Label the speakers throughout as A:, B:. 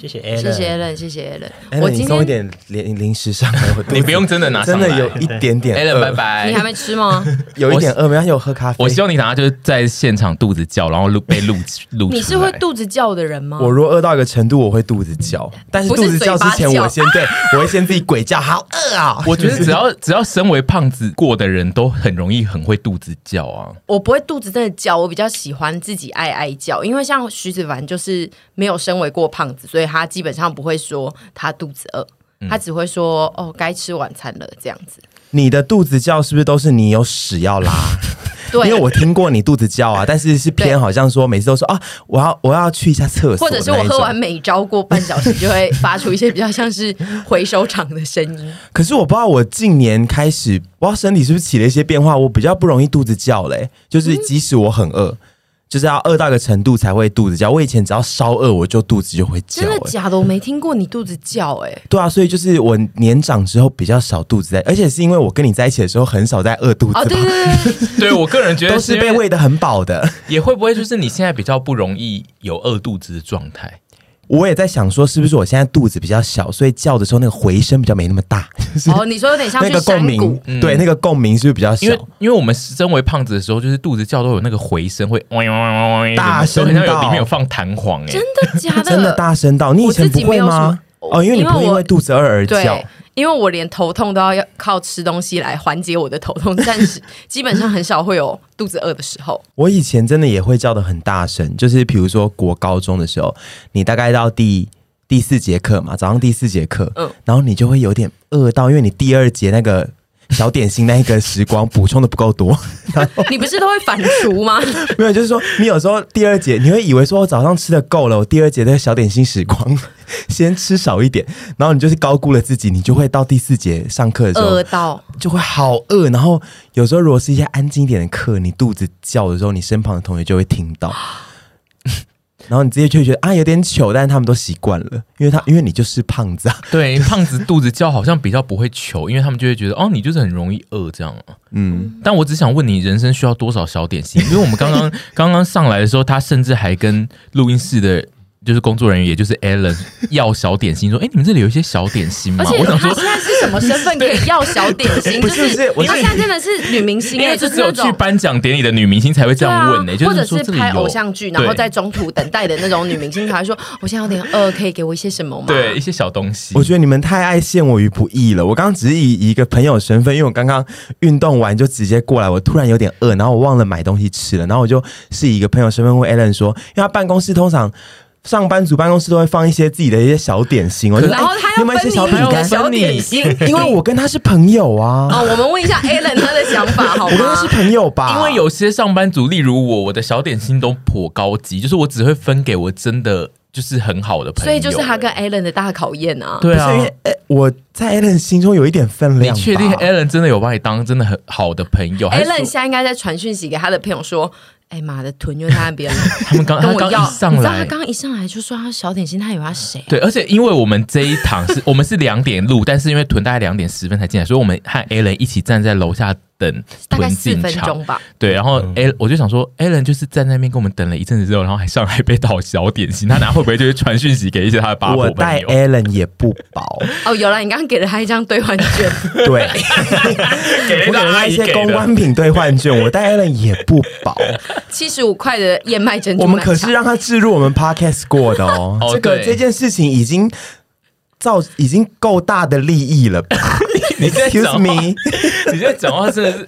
A: 谢谢
B: 谢
A: Alan，
B: 谢 Allen，谢谢 Allen。
C: 哎，
B: 我
C: 你
B: 今
C: 送一
B: 天
C: 点零零食上来，我肚子
D: 你不用真的拿
C: 真
D: 上来
C: 的有一点点
D: a
C: 饿
D: l 拜拜。
B: 你还没吃 吗？
C: 有一点饿，没关系，我喝咖啡。
D: 呃我希望你等下就是在现场肚子叫，然后录 被录录出来。
B: 你是会肚子叫的人吗？
C: 我如果饿到一个程度，我会肚子叫，但是
B: 不
C: 肚
B: 是
C: 子叫之前，
B: 嘴巴叫
C: 我先对，我会先自己鬼叫，好饿啊！
D: 我觉得只要只要身为胖子过的人都很容易很会肚子叫啊。
B: 我不会肚子真的叫，我比较喜欢自己爱爱叫，因为像徐子凡就是没有身为过胖子，所以他基本上不会说他肚子饿，
C: 嗯
B: 他只会说哦该吃晚餐了这样子。
C: 你的肚子叫是不是都是你有屎要拉？
B: 对，
C: 因为我听过你肚子叫啊，但是是
B: 对
C: 偏好像说每次都说啊，我要我要去一下厕所
B: 或者
C: 那一
B: 是
C: 种，
B: 我喝完美招过半小时，就会发出一些比较像是回收厂的声 音。
C: 可是我不知道，我近年开始，不知道身体是不是起了一些变化，我比较不容易肚子叫嘞、就是即使我很饿，就是要饿到一个程度才会肚子叫。我以前只要稍饿，我就肚子就会叫、
B: 真的
C: 欸。
B: 假的？我没听过你肚子叫哎、
C: 对啊，所以就是我年长之后比较少肚子在，而且是因为我跟你在一起的时候很少在饿肚子吧，
B: 哦，对对对对，
D: 对我个人觉
C: 都
D: 得
C: 是
D: 因为
C: 被喂的很饱的。
D: 也会不会就是你现在比较不容易有饿肚子的状态？
C: 我也在想说，是不是我现在肚子比较小，所以叫的时候那个回声比较没那么大， 就是
B: 哦，你说有点像
C: 那
B: 去
C: 个
B: 山
C: 共鸣欸
B: 谷，，
C: 对，那个共鸣是不是比较
D: 因为
C: 小？
D: 因为我们身为胖子的时候，就是肚子叫都有那个回声，会嗡嗡嗡嗡，
C: 大声
D: 都很像有
C: 到
D: 里面有放弹簧哎、
B: 真的假的？
C: 真的大声到你以
B: 我
C: 前
B: 自
C: 不
B: 己没
C: 会
B: 有什
C: 吗
B: 么？
C: 哦，因为你不会因
B: 我
C: 为肚子饿而叫
B: 对。，因为我连头痛都要要靠吃东西来缓解我的头痛，但是基本上很少会有肚子饿的时候。
C: 我以前真的也会叫的很大声，就是比如说国高中的时候，你大概到第第四节课嘛，早上第四节课，
B: 嗯
C: 然后你就会有点饿到，因为你第二节那个小点心那一个时光补充的不 够多，
B: 你不是都会反刍吗？
C: 没有，就是说你有时候第二节你会以为说我早上吃的够了，我第二节的小点心时光 先吃少一点，然后你就是高估了自己，你就会到第四节上课的时候
B: 饿到
C: 就会好饿，然后有时候如果是一些安静一点的课，你肚子叫的时候，你身旁的同学就会听到，然后你直接就会觉得啊有点糗，但是他们都习惯了，因为他因为你就是胖子啊，
D: 对，胖子肚子叫好像比较不会求，因为他们就会觉得哦，你就是很容易饿这样啊。
C: 嗯，
D: 但我只想问你，人生需要多少小点心？因为我们刚刚刚刚上来的时候，他甚至还跟录音室的，就是工作人员，也就是 Alan 要小点心，说：“哎、你们这里有一些小点心吗
B: 而？”且
D: 嗯我想
B: 他
D: 说，
B: 现在是什么身份可以要小点心？
C: 不
B: 就是
C: 不是
B: 她现在真的是女明星
D: 因
B: 哎，
D: 为
B: 就
D: 这
B: 是
D: 只有
B: 那
D: 去
B: 种。
D: 颁奖典礼的女明星才会这
B: 对
D: 样问呢、
B: 啊，
D: 就
B: 或者
D: 说
B: 是
D: 这里
B: 拍
D: 有
B: 偶像剧，然后
D: 对
B: 在中途等待的那种女明星，才会说：“我现在有点饿，可以给我一些什么吗？”
D: 对一些小东西。
C: 我觉得你们太爱陷我于不义了。我刚刚只是以以一个朋友的身份，因为我刚刚运动完就直接过来，我突然有点饿，然后我忘了买东西吃了，然后我就是以一个朋友身份问 Alan 说，因为他办公室通常。上班族办公室都会放一些自己的一些小点心，我就说
B: 然后
C: 哎
B: 他
C: 你
B: 要
C: 有没有一些小
B: 分
C: 饼
B: 你一个
C: 干，
B: 小点
C: 因
B: 心。
C: 因为我跟他是朋友啊，
B: 哦，我们问一下 Alan 他的想法好
C: 我跟他
B: 吗
C: 是？朋友吧？
D: 因为有些上班族，例如我，我的小点心都颇高级，就是我只会分给我真的就是很好的朋友，
B: 所以就是他跟 Alan 的大考验啊。
D: 对
C: 不是
D: 啊
C: 因。为呃我在 Alan 心中有一点分
D: 你
C: 量吧。
D: 确定 Alan 真的有把你当真的很好的朋友？还是说
B: Alan 现在哎应该在传讯息给他的朋友说：“哎妈的，臀又在那边了，
D: 他们刚
B: 跟
D: 他
B: 我
D: 刚
B: 要。”
D: 一上
B: 你知道他
D: 来，
B: 刚一上来就说他小点心，他以为他 谁？
D: 对，而且因为我们这一堂是我们是两点录，但是因为屯大概两点十分才进来，所以我们和 Alan 一起站在楼下等
B: 大概
D: 屯
B: 四
D: 进
B: 分
D: 场
B: 钟。吧。
D: 对，然
C: 嗯
D: 后 A、我就想说，Alan 就是站在那边跟我们等了一阵子之后，然后还上来被讨小点心，他拿会不会就是传讯息给一些他的
C: 我
D: 八婆朋
C: 带
D: 友？
C: Alan 也不 薄，
B: 哦，有了，你刚刚给了他一张兑换券，
C: 对，我
D: 给。
C: 给了他一些公关品兑换券，我带 Alan 也不薄。
B: 七十五块的燕麦珍珠
C: 我
B: 奶茶。
C: 们可是让他置入我们 Podcast 过的哦
D: 哦
C: 这个
D: 对
C: 这件事情已经造已经够大的利益了吧
D: 你在讲
C: ？Excuse
D: 话
C: me，
D: 你这讲话真的是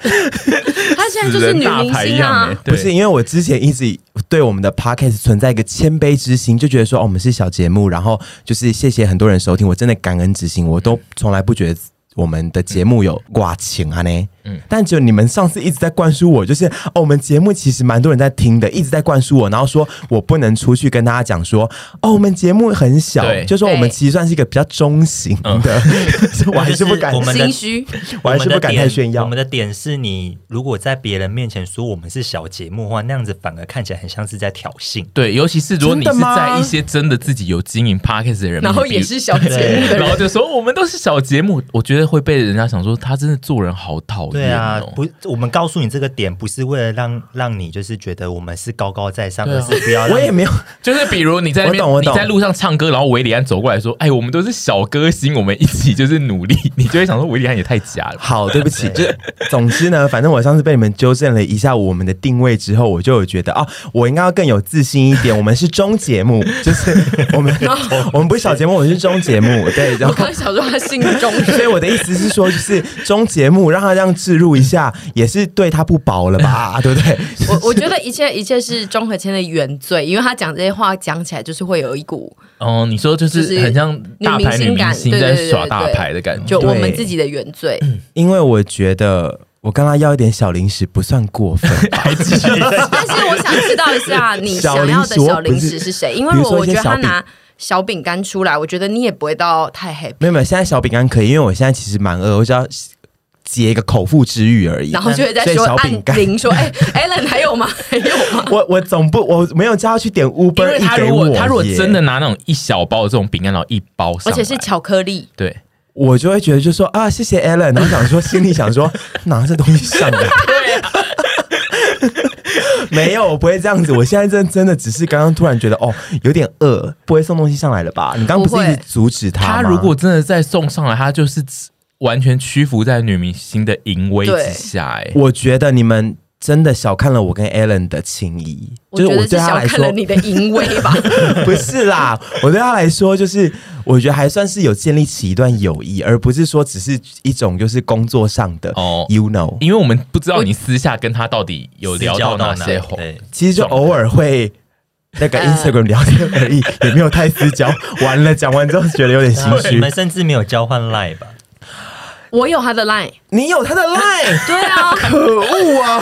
B: 他 现在就是女明
D: 死人大牌一
B: 星
D: 样
B: 啊
D: 欸，对
C: 不是，因为我之前一直对我们的 podcast 存在一个谦卑之心，就觉得说、哦、我们是小节目，然后就是谢谢很多人收听，我真的感恩之心，我都从来不觉得。我们的节目有挂情啊呢，嗯，但只有你们上次一直在灌输我，就是哦，我们节目其实蛮多人在听的，一直在灌输我，然后说我不能出去跟大家讲说，哦，我们节目很小，
D: 对
C: 就说我们
B: 对
C: 其实算是一个比较中型的，
D: 嗯
C: 我还是不敢
A: 我，
D: 欸
A: 们的
B: 心虚。
C: 我还是不敢太炫
A: 我
C: 耀
A: 们。的点是你如果在别人面前说我们是小节目的话，那样子反而看起来很像是在挑衅。
D: 对，尤其是如果你
C: 真
D: 是
C: 的吗
D: 在一些真的自己有经营 podcast 的人面前，
B: 然后也是小节目
D: 比
B: 的
D: 如，然后
B: 人，
D: 就说我们都是小节目，我觉得会被人家想说他真的做人好讨厌、哦。
A: 对啊，不，我们告诉你这个点，不是为了让让你就是觉得我们是高高在上，
D: 对
A: 而
D: 啊
A: 是不要让
C: 我也没有，
D: 就是比如你在那边
C: 我懂我
D: 你
C: 懂
D: 在路上唱歌，然后维里安走过来说：“哎，我们都是小歌星，我们一起就是努力。” 你就会想说维里安也太假了吧。
C: 好，对不起， 就是总之呢，反正我上次被你们纠正了一下我们的定位之后，我就有觉得哦，我应该要更有自信一点。我们是中节目，就是 我 们我们不是小节目，我们是中节目，对，然
B: 我
C: 后
B: 刚。想说他姓钟，
C: 所以我的意思是说，就是中节目让他这样置入一下，也是对他不薄了吧， 对不对？
B: 我我觉得一切一切是钟和谦的原罪，因为他讲这些话讲起来就是会有一股
D: 哦，你说就
B: 就是是
D: 很像大牌
B: 女
D: 女
B: 明星感
D: 明星
B: 对对
D: 在
B: 对对
D: 耍
B: 对
D: 大牌的感觉。
B: 就我们
C: 对
B: 自己的原罪。
C: 因为我觉得我跟他要一点小零食不算过分，
B: 但是我想知道一下，你想要的小零食是谁？因为
C: 比如
B: 我
C: 说
B: 我
C: 一
B: 觉
C: 些
B: 得他
C: 小饼
B: 拿小饼干出来，我觉得你也不会到太 happy，
C: 没有没有，现在小饼干可以，因为我现在其实蛮饿，我只要解一个口腹之欲而已。
B: 然后就会在
C: 嗯所以
B: 说
C: 小
B: 按
C: 饼干
B: 铃说：“ 哎、a l a n 还有吗？还有吗
C: 我我总不我没有叫他去点 Uber，
D: 因为他
C: Eats
D: 如果
C: 给我
D: 他如果
C: 耶
D: 真的，拿那种一小包的这种饼干，然后一包？”上
B: 而
D: 来，
B: 且是巧克力，
D: 对，
C: 我就会觉得就说啊，谢谢 Alan，然后想说心里想说拿这东西上来， 没有，我不会这样子。我现在真真的只是刚刚突然觉得哦，有点饿，不会送东西上来了吧？你刚刚不
B: 不
C: 是
B: 会
C: 一直阻止
D: 他
C: 吗
D: 如果真的再送上来，他就是完全屈服在女明星的淫威
B: 对
D: 之下、哎，
C: 我觉得你们真的小看了我跟 Alan 的情谊，
B: 我
C: 就
B: 觉
C: 是
B: 得
C: 我
B: 是
C: 对他
B: 小
C: 来
B: 看了
C: 说
B: 你的淫威 吧。
C: 不是啦，我对他来说就是，我觉得还算是有建立起一段友谊，而不是说只是一种就是工作上的。
D: 哦
C: 哦，You know，
D: 因为我们不知道你私下跟他到底有聊
A: 私交
D: 哪
A: 到哪
D: 些
A: 里
D: 话，
A: 对
C: 其实就偶尔会。那个
B: 呃
C: Instagram 聊天而已，也没有太私交。完了，讲完之后觉得有点心
A: 然后你
C: 虚
A: 们。甚至没有交换 line 吧？
B: 我有他的 line，
C: 你有他的 line，
B: 对 啊，
C: 可恶啊！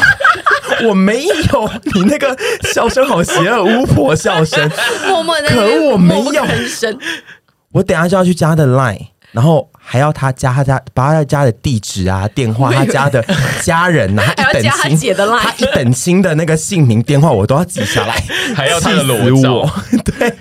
C: 我没有，你那个笑声好邪恶，巫婆笑声。
B: 默默的，
C: 可恶我没有
B: 很深。
C: 我等一下就要去加他的 line，然后还要他加他家把他家的地址啊、电话、他家的 家人呐、啊，
B: 还要
C: 一等
B: 加他
C: 亲
B: 姐的 line
C: 他一等亲的那个姓名、电话我都要记 下来，
D: 还要他 的
C: 气死
D: 裸照
C: 我。对，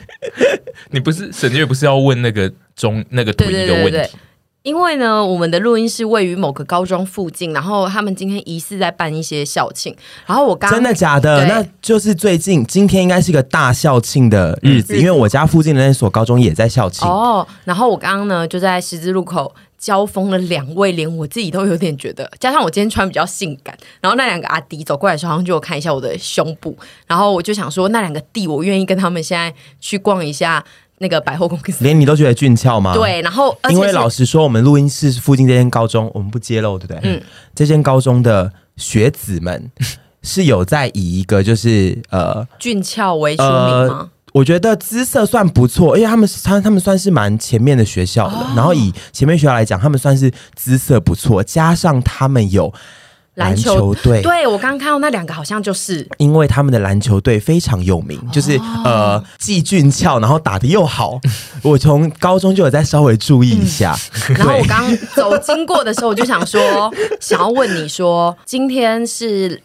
D: 你不是沈月不是要问那个中那个
B: 对
D: 同一
B: 对
D: 个
B: 对
D: 问
B: 对
D: 题？
B: 对。因为呢，我们的录音室位于某个高中附近，然后他们今天疑似在办一些校庆，然后我刚
C: 真的假的？
B: 对
C: 那就是最近今天应该是个大校庆的日子，
B: 嗯
C: 因为我家附近的那所高中也在校庆。
B: 哦，然后我刚刚呢就在十字路口交锋了两位，连我自己都有点觉得，加上我今天穿比较性感，然后那两个阿迪走过来的时候，好像就有看一下我的胸部，然后我就想说，那两个弟，我愿意跟他们现在去逛一下那个百货公司。
C: 连你都觉得俊俏吗？。
B: 对，然后而且
C: 因为
B: 是
C: 老实说，我们录音室附近这间高中，我们不揭露，对不对？嗯，这间高中的学子们是有在以一个就是呃
B: 俊俏为出名吗？
C: 我觉得姿色算不错，因为他们他他们算是蛮前面的学校的，
B: 哦
C: 然后以前面学校来讲，他们算是姿色不错，加上他们有
B: 篮
C: 篮
B: 球
C: 球队，
B: 对我刚刚看到那两个好像就是
C: 因为他们的篮球队非常有名，就是、
B: 哦
C: 呃既俊俏，然后打得 又好。我从高中就有在稍微注意一下，
B: 然后我
C: 对，
B: 刚走经过的时候，我就想说，想要问你说，今天是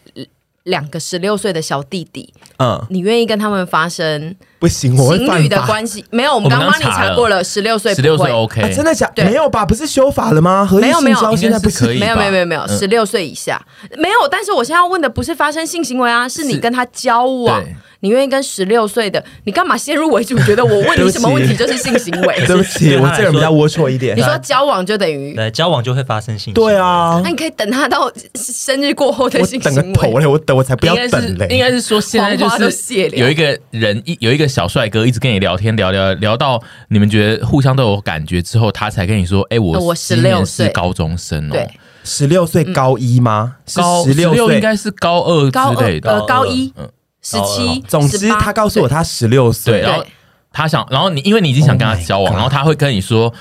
B: 两个十六岁的小弟弟，
C: 嗯，
B: 你愿意跟他们发生
C: 不行，我会
B: 情
C: 犯
B: 侣的
C: 法。
B: 关系？没有，我们
D: 我们
B: 刚刚帮你
D: 刚查
B: 查
D: 了
B: 过了，十六岁
D: 十
B: 不
D: 六岁
B: 会。
D: OK，
C: 啊、真的假？
B: 对
C: 没有吧？不是修法了吗？合意
B: 没有没
C: 性
B: 有
C: 交现在不
D: 应该是可以
B: 没有
D: 吧
B: 没有没有没有，
D: 嗯
B: 十六岁以下没有。但是我现在要问的不是发生性行为啊，是你
D: 是
B: 跟他交往
D: 对，
B: 你愿意跟十六岁的，你干嘛先入为主，觉得我问你什么问题就是性行 为？
C: 对不起，
A: 对他
C: 我
A: 来
C: 这个人比较
A: 说
C: 龌龊一点
B: 你。 说交往就等于
A: 对，交往就会发生性行为
C: 对，啊
B: 那，你可以等他到生日过后的
C: 我
B: 性行
C: 等
B: 为。
C: 个头嘞，我等我才不要
D: 应该是
C: 等嘞。
D: 应该是说现在就
B: 黄花都谢
D: 是
B: 了
D: 有一个人一有一个小帅哥一直跟你聊天，聊聊聊到你们觉得互相都有感觉之后，他才跟你说：“哎、我
B: 呃我
D: 今年
B: 16
D: 是
B: 岁
D: 高中生哦
B: 对，
C: 十六岁高一吗？是
D: 高
C: 十六
D: 六应
C: 岁。
D: 该是高二
B: 高
D: 之
B: 二
D: 类的。
B: 呃高一
D: 嗯
B: 十七，
C: 总之，
B: 18
C: 他告诉我他十六岁，
D: 对，然后他想，然后你因为你已经想跟他
C: Oh my
D: 交往
C: God
D: 然后他会跟你说。”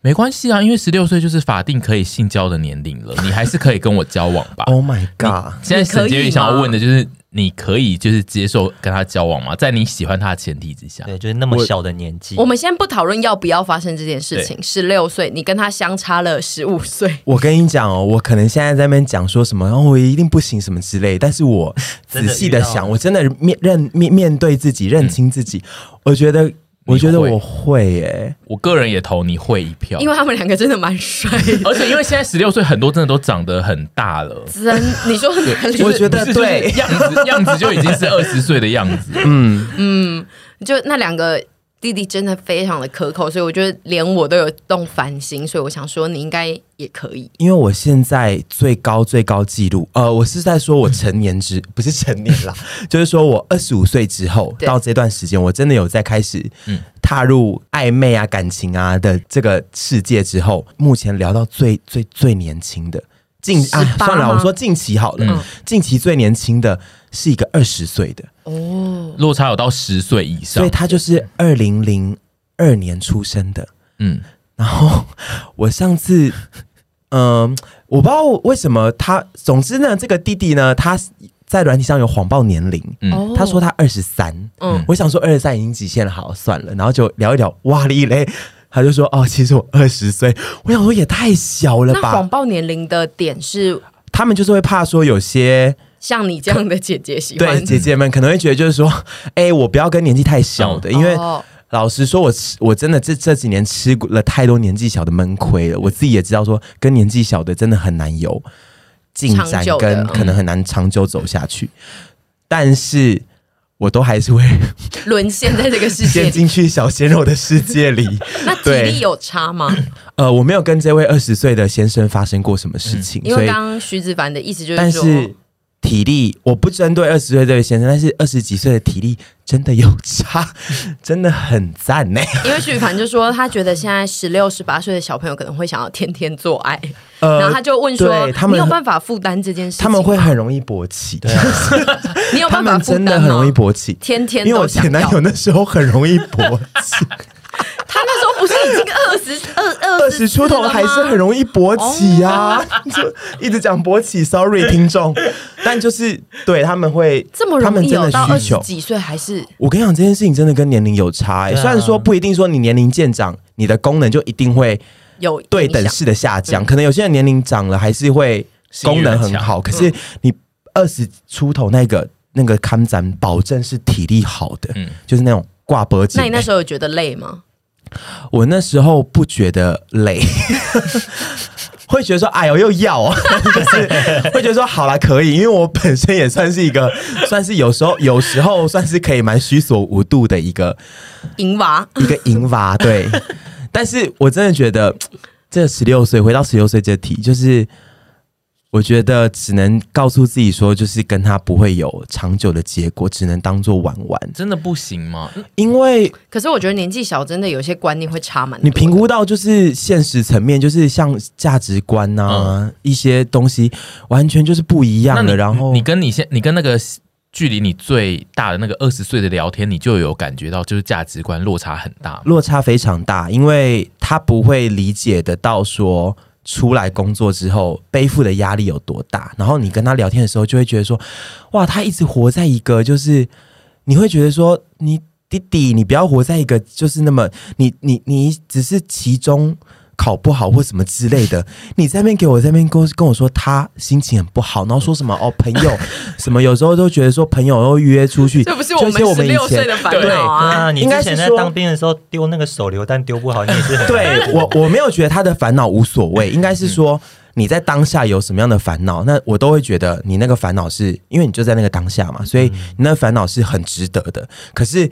D: 没关系啊，因为十六岁就是法定可以性交的 年龄了，你还是可以跟我交往吧。
C: Oh my god！
D: 现在沈婕妤想
B: 你
D: 要
B: 可以吗
D: 问的就是，你可以就是接受跟他交往吗？在你喜欢他的前提之下，
A: 对，就是那么小的年纪，
B: 我们先不讨论要不要发生这件事情。十六岁，你跟他相差了十五岁，
C: 我跟你讲哦，我可能现在在那边讲说什么，然、后我一定不行什么之类，但是我
A: 真
C: 仔
A: 的
C: 细的
A: 遇到
C: 想，
A: 了
C: 我真的面认面面对自己，认清自己，我觉得我觉得
D: 你会
C: 我会耶、
D: 我个人也投你会一票，
B: 因为他们两个真的蛮帅的。
D: 而且因为现在十六岁很多真的都长得很大了。
B: 真，你说哪里？
C: 我觉
D: 不
C: 得
D: 是就是
C: 对，
D: 样子样子就已经是二十岁的样子，
B: 就那两个弟弟真的非常的可口，所以我觉得连我都有动凡心，所以我想说你应该也可以。
C: 因为我现在最高最高纪录，呃，我是在说我成年 之不是成年啦， 就是说我二十五岁之后
B: 对
C: 到这段时间，我真的有在开始
D: 嗯
C: 踏入暧昧啊、感情啊的这个世界之后，目前聊到最最最年轻的近啊，
B: 18
C: 算了，
B: 吗
C: 我说近期好了，
D: 嗯
C: 近期最年轻的是一个二十岁的，
B: 哦，
D: 落差有到十岁以
C: 所
D: 上
C: 以。他就是二零零二年出生的。
D: 嗯，
C: 然后 我上次，嗯、我不知道为什么他，总之呢，这个弟弟呢，他在软体上有谎报年龄，
D: 嗯
B: 哦
C: 他说他二十三，
B: 嗯
C: 我想说二十三已经极限了，好算了，然后就聊一聊，哇哩嘞，他就说哦，其实我二十岁，我想说也太小了
B: 那
C: 吧
B: 谎，报年龄的点是
C: 他们就是会怕说有些
B: 像你这样的姐姐喜
C: 对
B: 欢，
C: 姐姐们可能会觉得就是说， 哎、我不要跟年纪太小的，因为。
B: 哦
C: 老实说我，吃我真的这这几年吃了太多年纪小的闷亏了。我自己也知道说，跟年纪小的真的很难有进展
B: 长久，的
C: 跟可能很难长久走下去。但是我都还是会
B: 沦陷在这个世界
C: 陷
B: 里。
C: 进去小鲜肉的世界里。
B: 那体力有差 吗？
C: 呃，我没有跟这位二十岁的先生发生过什么事情，
B: 因
C: 所
B: 为
C: 以
B: 刚刚徐子凡的意思就是
C: 但
B: 说，
C: 是体力我不针对二十岁这位先生，但是二十几岁的体力真的有差，真的很赞呢、
B: 因为徐子凡就说他觉得现在十六、十八岁的小朋友可能会想要天天做爱，
C: 呃
B: 然后他就问说
C: 对他：“
B: 你
C: 们
B: 有办法负担这件事情？
C: 他们会，很容易勃起。
B: 你有
C: 他
B: 办法
C: 们
B: 负担
C: 真
B: 吗
C: 的很容易勃起，
B: 天天
C: 因为
B: 都
C: 我
B: 想
C: 前男
B: 要
C: 友那时候很容易勃 起，
B: 他那时候不是已经二十二
C: 二十出头还是很容易勃起呀、啊， 就一直讲勃起，sorry 听众，但就是对他们会
B: 这么
C: 他
B: 容
C: 们
B: 易
C: 真
B: 有到
C: 的
B: 二
C: 需
B: 十
C: 求。
B: 几岁还是
C: 我跟你讲，这件事情真的跟年龄有差、欸，
A: 对啊
C: 虽然说不一定说你年龄渐长，你的功能就一定会
B: 有
C: 对
B: 影响
C: 等式的下降，可能有些人年龄长了还是会
D: 性欲
C: 功
D: 很
C: 能很
D: 强嗯
C: 好，可是你二十出头那个那个看展，保证是体力好的，
D: 嗯
C: 就是那种挂脖颈
B: 那
C: 欸。
B: 你那时候有觉得累吗？
C: 我那时候不觉得累， 会觉得说哎呦又要、哦， 就是会觉得说好啦可以，因为我本身也算是一个算是有时候有时候算是可以蛮虚所无度的一个
B: 银娃
C: 一个银娃， 对。但是我真的觉得这十六岁回到十六岁这题，就是我觉得只能告诉自己说，就是跟他不会有长久的结果，只能当做玩玩，
D: 真的不行吗？
C: 因为
B: 可是我觉得年纪小，真的有些观念会差蛮多的。
C: 你评估到就是现实层面，就是像价值观呐、一些东西，完全就是不一
D: 嗯那
C: 样
D: 你
C: 的。然后
D: 你跟你现你跟那个距离你最大的那个二十岁的聊天，你就有感觉到就是价值观落差很大吗。
C: 落差非常大，因为他不会理解得到说出来工作之后背负的压力有多大。然后你跟他聊天的时候，就会觉得说，哇，他一直活在一个就是，你会觉得说，你弟弟，你不要活在一个就是那么，你你你只是其中。考不好或什么之类的， 你在那边给我在那边跟我跟我说他心情很不好，然后说什么哦朋友什么，有时候都觉得说朋友又约出去，
B: 这不是
C: 就
B: 我
C: 一些
B: 们
C: 我
B: 十
C: 们以
B: 六岁
C: 前
B: 的烦恼啊！
A: 啊，你
C: 应该
A: 之
C: 是
A: 前在
C: 说
A: 当兵的时候丢那个手榴弹丢不好，你也是 很
C: 对我，我没有觉得他的烦恼无所谓，应该是说你在当下有什么样的烦恼，那我都会觉得你那个烦恼是因为你就在那个当下嘛，所以你那个烦恼是很值得的。可是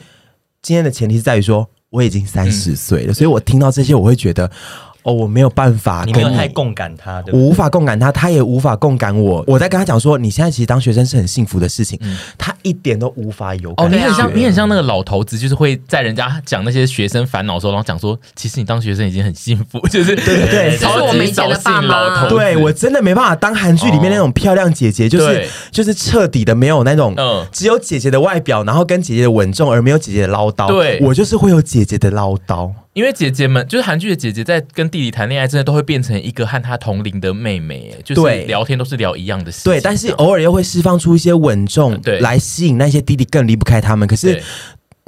C: 今天的前提是在于说我已经三十岁了，所以我听到这些我会觉得哦，我没有办法
A: 你
C: 跟
A: 没有
C: 你
A: 太共感他，对
C: 我
A: 不对？
C: 无法共感他，他也无法共感我。我在跟他讲说，你现在其实当学生是很幸福的事情，他一点都无法有
D: 哦，
C: 感
D: 你
C: 觉。
D: 很
B: 对啊
D: 像你很像那个老头子，就是会在人家讲那些学生烦恼的时候，然后讲说，其实你当学生已经很幸福， 就是对
C: 对
B: 这
C: 对
B: 是
D: 超
B: 我们
D: 级
B: 以前
D: 早
B: 的爸
D: 性
B: 妈
D: 老头子。
C: 对我真的没办法当韩剧里面那种漂亮姐姐，就是
D: 对
C: 就是彻底的没有那种，
D: 嗯
C: 只有姐姐的外表，然后跟姐姐的稳重，而没有姐姐的唠叨。
D: 对
C: 我就是会有姐姐的唠叨。
D: 因为姐姐们就是韩剧的姐姐，在跟弟弟谈恋爱，真的都会变成一个和她同龄的妹妹，哎就是
C: 对
D: 聊天都是聊一样的事情。
C: 对，但是偶尔又会释放出一些稳重，
D: 对
C: 来吸引那些弟弟更离不开他们。可
D: 对
C: 是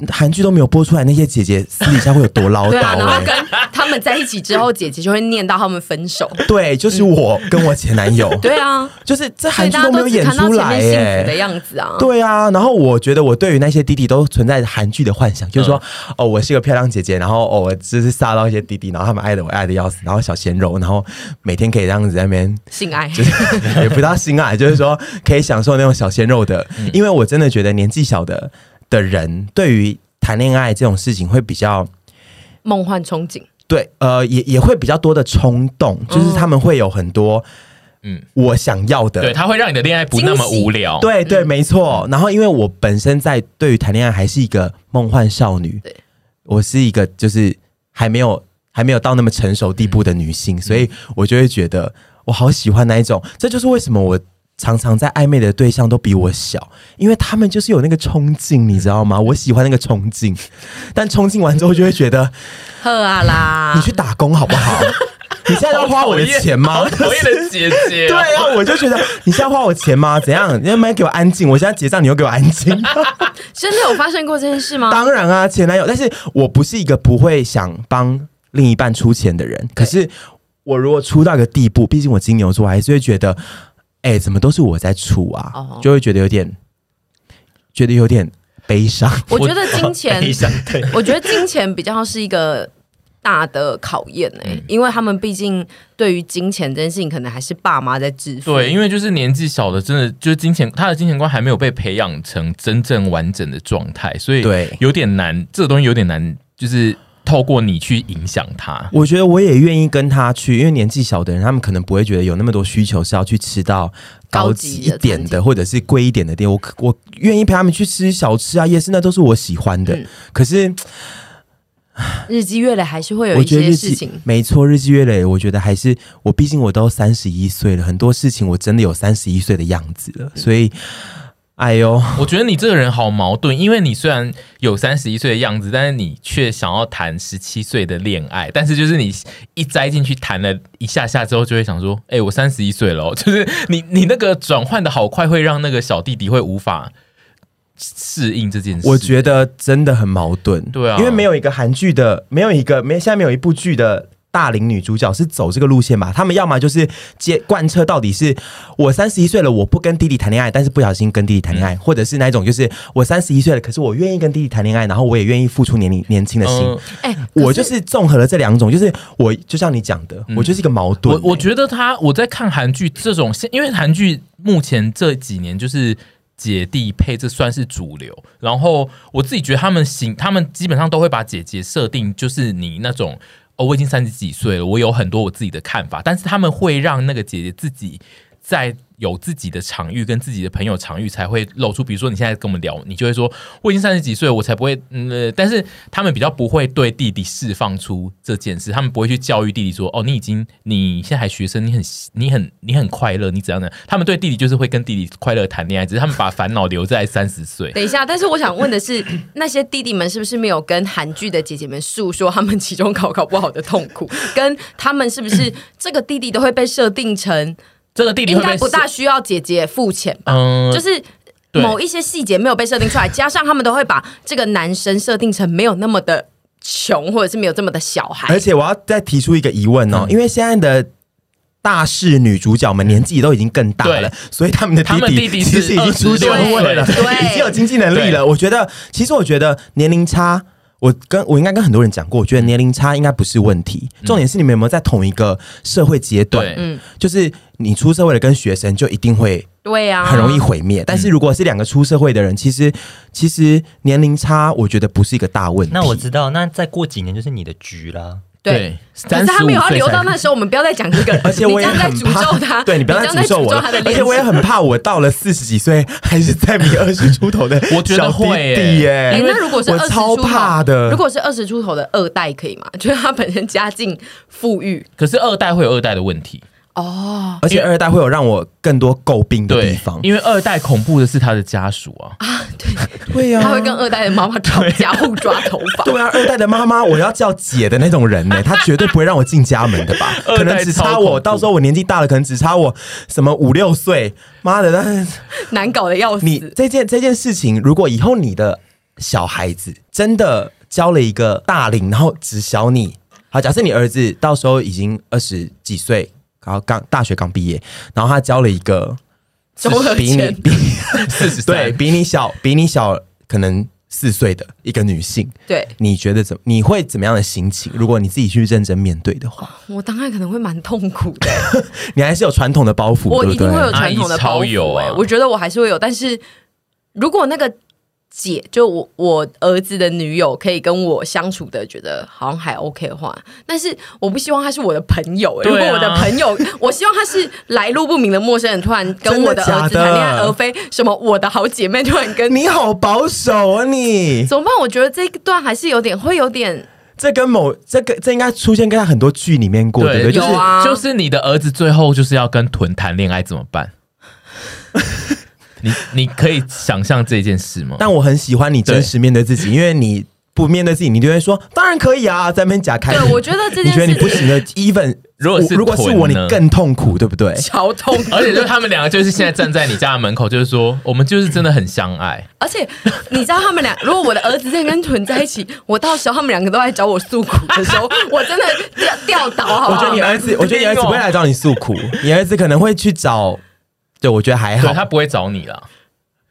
C: 韩剧都没有播出来，那些姐姐私底下会有多唠叨、
B: 对啊，然后
C: 欸？
B: 跟他们在一起之后，姐姐就会念到他们分手。
C: 对，就是我跟我前男友，
B: 对啊，
C: 就是
B: 所
C: 这
B: 以
C: 韩剧
B: 大家
C: 都没有
B: 都只
C: 演
B: 看到
C: 出
B: 前
C: 来哎
B: 面幸福的
C: 耶。
B: 样子啊。
C: 对啊，然后我觉得我对于那些弟弟都存在韩剧的幻想，就是说，哦，我是一个漂亮姐姐，然后哦，我就是撒到一些弟弟，然后他们爱的我爱的要死，然后小鲜肉，然后每天可以这样子在那边
B: 性爱，
C: 也不到心爱，就是说可以享受那种小鲜肉的，因为我真的觉得年纪小的的人对于谈恋爱这种事情会比较
B: 梦幻憧憬，
C: 对，呃，也也会比较多的冲动，就是他们会有很多
D: 嗯
C: 嗯我想要的，
D: 对，它会让你的恋爱不那么无聊。，
C: 对对，没错。然后因为我本身在对于谈恋爱还是一个梦幻少女，
B: 对
C: 我是一个就是还没有还没有到那么成熟地步的女性，所以我就会觉得我好喜欢那一种。这就是为什么我。常常在暧昧的对象都比我小，因为他们就是有那个冲劲，你知道吗？我喜欢那个冲劲，但冲劲完之后就会觉得
B: 呵啊啦！
C: 你去打工好不好？你现在要花我的钱 吗？
D: 讨厌啊的姐姐
C: 对
D: 哦，
C: 啊，我就觉得你现在花我钱吗？怎样？你要没给我安静？我现在结账，你又给我安静？
B: 真的有发生过这件事吗？
C: 当然啊，前男友，但是我不是一个不会想帮另一半出钱的人。可是我如果出到一个地步，毕竟我金牛座，还是会觉得，哎、怎么都是我在出啊？
B: 哦
C: 就会觉得有点，觉得有点悲伤。
B: 我觉得金钱
A: 悲，伤对，
B: 我觉得金钱比较是一个大的考验哎、
C: 嗯
B: 因为他们毕竟对于金钱这件事情，可能还是爸妈在支付。
D: 对，因为就是年纪小的，真的就是金钱，他的金钱观还没有被培养成真正完整的状态，所以
C: 对
D: 有点难，这个东西有点难，就是透过你去影响他。
C: 我觉得我也愿意跟他去，因为年纪小的人，他们可能不会觉得有那么多需求是要去吃到高级一
B: 高级的
C: 点
B: 餐
C: 的，
B: 厅
C: 或者是贵一点的店。我可我愿意陪他们去吃小吃啊、夜市，那都是我喜欢的。
B: 嗯
C: 可是
B: 日积月累还是会有
C: 我
B: 一
C: 觉得
B: 些
C: 日
B: 事
C: 积
B: 情。
C: 没错，日积月累，我觉得还是我，毕竟我都三十一岁了，很多事情我真的有三十一岁的样子
B: 嗯
C: 了，所以。哎呦，
D: 我觉得你这个人好矛盾，因为你虽然有三十一岁的样子，但是你却想要谈十七岁的恋爱，但是就是你一栽进去谈了一下下之后，就会想说，哎、我三十一岁了哦、 就是你你那个转换的好快，会让那个小弟弟会无法适应这件事。
C: 我觉得真的很矛盾。
D: 对啊
C: 因为没有一个韩剧的，没有一个没现在没有一部剧的大龄女主角是走这个路线吧？他们要么就是接贯彻到底是我三十一岁了，我不跟弟弟谈恋爱，但是不小心跟弟弟谈恋爱，
B: 嗯
C: 或者是那一种就是我三十一岁了，可是我愿意跟弟弟谈恋爱，然后我也愿意付出年龄年轻的心。
D: 嗯
B: 哎、
C: 我就
B: 可
C: 是综合了这两种，就是我就像你讲的，我就是一个矛盾、
D: 嗯我我觉得他我在看韩剧这种，现因为韩剧目前这几年就是姐弟配，这算是主流。然后我自己觉得他们行，他们基本上都会把姐姐设定就是你那种。哦，我已经三十几岁了，我有很多我自己的看法，但是他们会让那个姐姐自己在有自己的场域跟自己的朋友场域才会露出。比如说你现在跟我们聊，你就会说我已经三十几岁了，我才不会。嗯、呃，但是他们比较不会对弟弟释放出这件事，他们不会去教育弟弟说：“哦，你已经你现在还学生，你很你很你很快乐，你怎样的？”他们对弟弟就是会跟弟弟快乐谈恋爱，只是他们把烦恼留在三十 岁。
B: 等一下，但是我想问的是，那些弟弟们是不是没有跟韩剧的姐姐们诉说他们期中考考不好的痛苦，跟他们是不是这个弟弟都会被设定成
D: 这个弟弟
B: 应
D: 会被
B: 该不大需要姐姐付钱吧？
D: 嗯
B: 就是。
D: 对
B: 某一些细节没有被设定出来，加上他们都会把这个男生设定成没有那么的穷，或者是没有这么的小孩
C: 哎而。且我要再提出一个疑问
D: 嗯
C: 哦，因为现在的大势女主角们年纪都已经更大了
D: 对，
C: 所以他们的
D: 他们
C: 弟
D: 弟弟
C: 其
D: 是
C: 实已经出社会了，
D: 26
B: 岁对
C: 已经有经济能力
D: 对
C: 了。我觉得，其实我觉得年龄差。我跟我应该跟很多人讲过，我觉得年龄差应该不是问题，重点是你们有没有在同一个社会阶段
D: 嗯对，
B: 嗯
C: 就是你出社会了跟学生就一定会
B: 对呀、啊，
C: 很容易毁灭。但是如果是两个出社会的人，其实其实年龄差，我觉得不是一个大问题。
A: 那我知道，那再过几年就是你的局啦。
B: 对。可
D: 三
B: 是他
D: 十
B: 没有
D: 五
B: 要
D: 岁
B: 留到
D: 才
B: 那时候，我们不要再讲这个了。
C: 而且
B: 你
C: 我
B: 这
C: 也
B: 样在
C: 很
B: 诅
C: 怕，
B: 咒他，
C: 对你不要
B: 这
C: 再
B: 样在
C: 诅咒我了
B: 他的
C: 而
B: 恋
C: 且我也
B: 情
C: 很怕，我到了四十几岁还是在迷二十出头的
D: 我觉得
C: 小弟
D: 会耶
C: 弟耶、
B: 哎、那如果是
C: 我
B: 二十
C: 超
B: 出头
C: 怕的，
B: 如果是二十出头的二代可以吗？ 就是他本身家境富裕
D: 可是二代会有二代的问题，
B: 哦，
C: 而且二代会有让我更多诟病的地
D: 对
C: 方，，
D: 因为二代恐怖的是他的家属啊，
C: 对呀、
B: 他会跟二代的妈妈吵架，互抓头发。
C: 啊 对啊，二代的妈妈，我要叫姐的那种人呢、她绝对不会让我进家门的吧？
D: 二代
C: 可能只
D: 超
C: 差
D: 恐怖
C: 我，到时候我年纪大了，可能只差我什么五六岁。妈的，那
B: 难搞的要死。
C: 你这件这件事情，如果以后你的小孩子真的交了一个大龄，然后只小你好，假设你儿子到时候已经二十几岁，然后刚大学刚毕业，然后他交了一个
B: 中二
C: 比你
B: 前
C: 比
D: 四十
C: 对比你小比你小可能四岁的一个女性，
B: 对
C: 你觉得怎么你会怎么样的心情？如果你自己去认真面对的话，
B: 我当然可能会蛮痛苦 的，
C: 你还是有传统的包袱，
B: 我
C: 对
B: 一
C: 不对
B: 定会？有传统的包
D: 阿姨超有
B: 袱、
D: 啊
B: 哎，我觉得我还是会有，但是如果那个姐就我我儿子的女友可以跟我相处的，觉得好像还 OK 的话，但是我不希望她是我的朋友、哎
D: 对啊
B: 如果我的朋友， 我希望她是来路不明的陌生人，突然跟我的
C: 真的假
B: 儿子谈恋爱，
C: 的
B: 而非什么我的好姐妹突然跟。
C: 你好保守啊你！
B: 怎么办？我觉得这一段还是有点，会有点
C: 这跟某这个这应该出现跟他很多剧里面过，对不
D: 对，
C: 对？
D: 就
C: 就
D: 就是是、
B: 有啊
D: 就是你的儿子最后就是要跟豚谈恋爱怎么 办？你你可以想象这件事吗？
C: 但我很喜欢你真实面对自己，因为你不面对自己，你就会说当然可以啊，在那边假开。
B: 对我觉得这件
C: 你觉得你
B: 事
C: 不行的，even
D: 如果是
C: 我如果是
B: 啊
C: 我，
D: 臀
C: 你
D: 呢
C: 更痛苦，对不对？
B: 超痛苦。
D: 而且就他们两个就是现在站在你家的门口，就是说我们就是真的很相爱，
B: 而且你知道他们俩，如果我的儿子在跟屯在一起，我到时候他们两个都来找我诉苦的时候，我真的掉掉倒，好
C: 我
B: 不
C: 觉得
B: 好
C: 你？儿子，我觉得你儿子不会来找你诉苦，你儿子可能会去找。对，我觉得还
D: 对
C: 哎好。
D: 他不会找你了。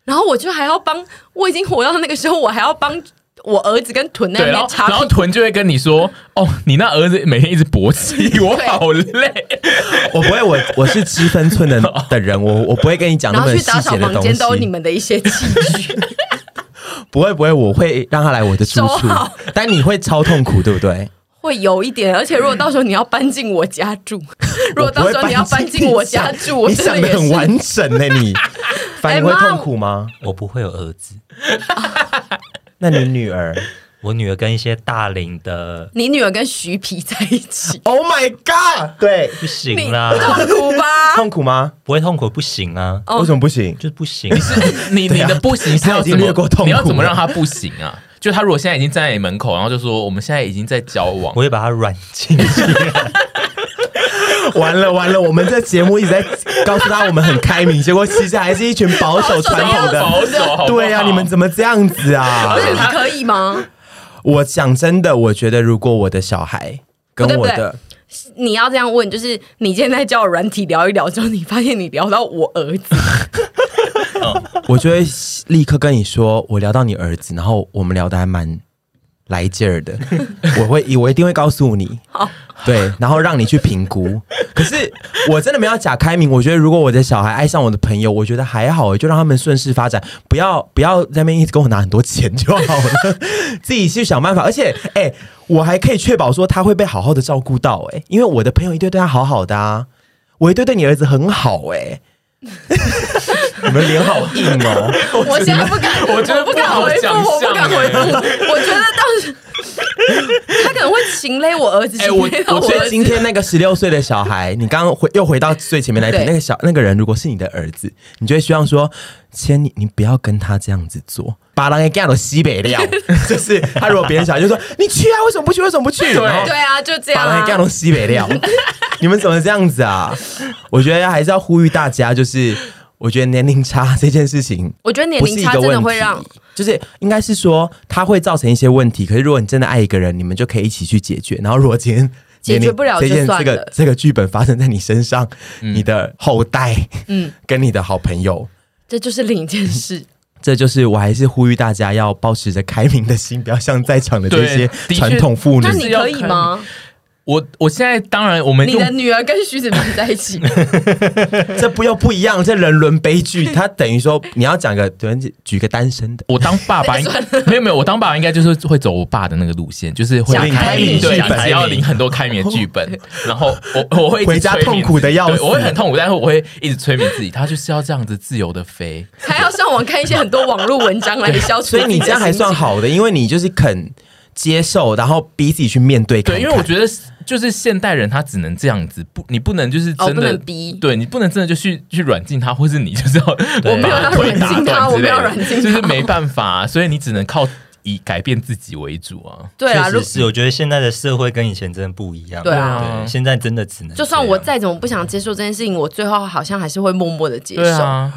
B: 然后我就还要帮，我已经活到那个时候，我还要帮我儿子跟屯那
D: 对，然后
B: 边插
D: 然后
B: 屁股。
D: 豚就会跟你说：“哦，你那儿子每天一直勃起，我好 累。
C: 我不会，我我是知分寸的 的人，我我不会跟你讲那
B: 然后
C: 么
B: 去
C: 细
B: 打扫
C: 节的
B: 房
C: 东
B: 间都有你
C: 西。
B: 们的一些器具，
C: 不会不会，我会让他来我的 住处
B: 收好，
C: 但你会超痛苦，对不对？
B: 会有一点。而且如果到时候你要搬进我家 住，如果
C: 我不
B: 到
C: 会
B: 时候你要搬进我家
C: 你想
B: 住，我
C: 你
B: 真的
C: 想的
B: 也
C: 很
B: 是。哎
C: 完整呢、 你反正你会
B: 妈
C: 痛苦吗？
A: 我不会有儿子，
C: 那你女儿
A: 我女儿跟一些大龄的
B: 你女儿跟徐皮在一起，
C: ？Oh my god！对，
A: 不
B: 你
A: 行啦，
B: 痛苦 吧？
C: 痛苦吗？
A: 不会痛苦不行啊，
B: 啊哦
C: 为什么不行？
A: 就是不行。啊你是
D: 你你的不行是要
C: 啊他已经
D: 怎么
C: 略过痛苦
D: 你要怎么
C: 了
D: 让他不行啊？就他如果现在已经站在你门口，然后就说我们现在已经在交往
A: 我，会把她软禁起来，
C: 完了完了，我们这节目一直在告诉他我们很开明，结果其实还是一群保守传统
B: 保
C: 的。
D: 保守好不好
C: 啊对啊呀、你们怎么这样子啊
B: 而？且你可以吗？
C: 我讲真的，我觉得如果我的小孩跟
B: 不对不
C: 我
B: 对
C: 的，
B: 你要这样问，就是你现在叫我软体聊一聊之后，你发现你聊到我儿子，
C: 我就会立刻跟你说，我聊到你儿子，然后我们聊得还蛮来劲儿的，我会我一定会告诉你，对，然后让你去评估。可是我真的没有假开明，我觉得如果我的小孩爱上我的朋友，我觉得还好，就让他们顺势发展，不要不要在那边一直跟我拿很多钱就好了，自己去想办法。而且，哎、我还可以确保说他会被好好的照顾到、哎，因为我的朋友一堆对他好好的啊，我一堆对你儿子很好、哎。你们脸好硬哦！
B: 我现在不敢，我
D: 觉得
B: 不敢回
D: 不
B: 复，
D: 好
B: 我不敢
D: 想象
B: 回复。我觉得当时他可能会情勒我儿子，
D: 哎我
B: 情勒到
D: 我
B: 哦我
C: 所
B: 儿
C: 以今
B: 子。
C: 天那个十六岁的小孩，你刚刚回又回到最前面那一题
B: 对，
C: 那个小那个人如果是你的儿子，你就会希望说，千你你不要跟他这样子做，把人给干到西北 料，就是他如果别人小孩就说你去啊，为什么不去？为什么不去？
D: 对
C: 然后
B: 对啊，就这样
C: 把人给干
B: 啊。
C: 到西 北料，你们怎么这样子啊？我觉得还是要呼吁大家，就是我觉得年龄差这件事情，
B: 我觉得年
C: 不是
B: 龄
C: 一
B: 差
C: 个
B: 真
C: 问
B: 的
C: 题，
B: 会让，
C: 就是应该是说它会造成一些问题。可是如果你真的爱一个人，你们就可以一起去解决。然后如果今天
B: 解决
C: 年龄
B: 不了
C: 这
B: 就
C: 件
B: 算
C: 这个
B: 了
C: 这个剧本发生在你身上，
D: 嗯
C: 你的后代，嗯
B: 嗯，
C: 跟你的好朋友。
B: 这就是另一件事。
C: 这就是我还是呼吁大家要保持着开明的心，不要像在场的这
D: 对
C: 些
D: 的确
C: 传统妇女
B: 那
D: 是。
B: 你可以吗？
D: 我我现在当然我们
B: 你
D: 用
B: 的女儿跟徐子明在一起，
C: 这不又不一样，这人伦 悲剧。它等于说你要讲个，举举个单身的，
D: 我当爸
B: 哎
D: 爸应没有没有，我当爸爸应该就是会走我爸的那个路线，就是会
B: 想
D: 领
B: 开明
D: 对
C: 剧本，
D: 只要领很多开明的 剧本，然后我我会一直
C: 回家
D: 催
C: 痛
D: 眠
C: 苦的要死
D: 对我会很痛苦，但是我会一直催眠自己，他就是要这样子自由的飞，
B: 还要上网看一些很多网络文章来消除
C: 所
B: 自己的心情。
C: 以你这样还算好的，因为你就是肯接受，然后逼自己去面 对看看。
D: 对，因为我 觉得就是现代人他只能这样子，不你不能就是
B: 哦，
D: 真
B: 不
D: 的
B: 能逼。
D: 对你不能真的就去去软禁他，或是你 就是要
A: 对
D: 我
A: 没有
B: 要软禁他我没有软禁他
D: 就是没办法啊、所以你只能靠以改变自己为主啊。
B: 对啊，
A: 确
B: 如
A: 实是，我觉得现在的社会跟以前真的不一样。
B: 对啊
A: 对现在真的只能
B: 就算我再怎么不想接受这件事情，我最后好像还是会默默的接
D: 对
B: 受。
D: 啊，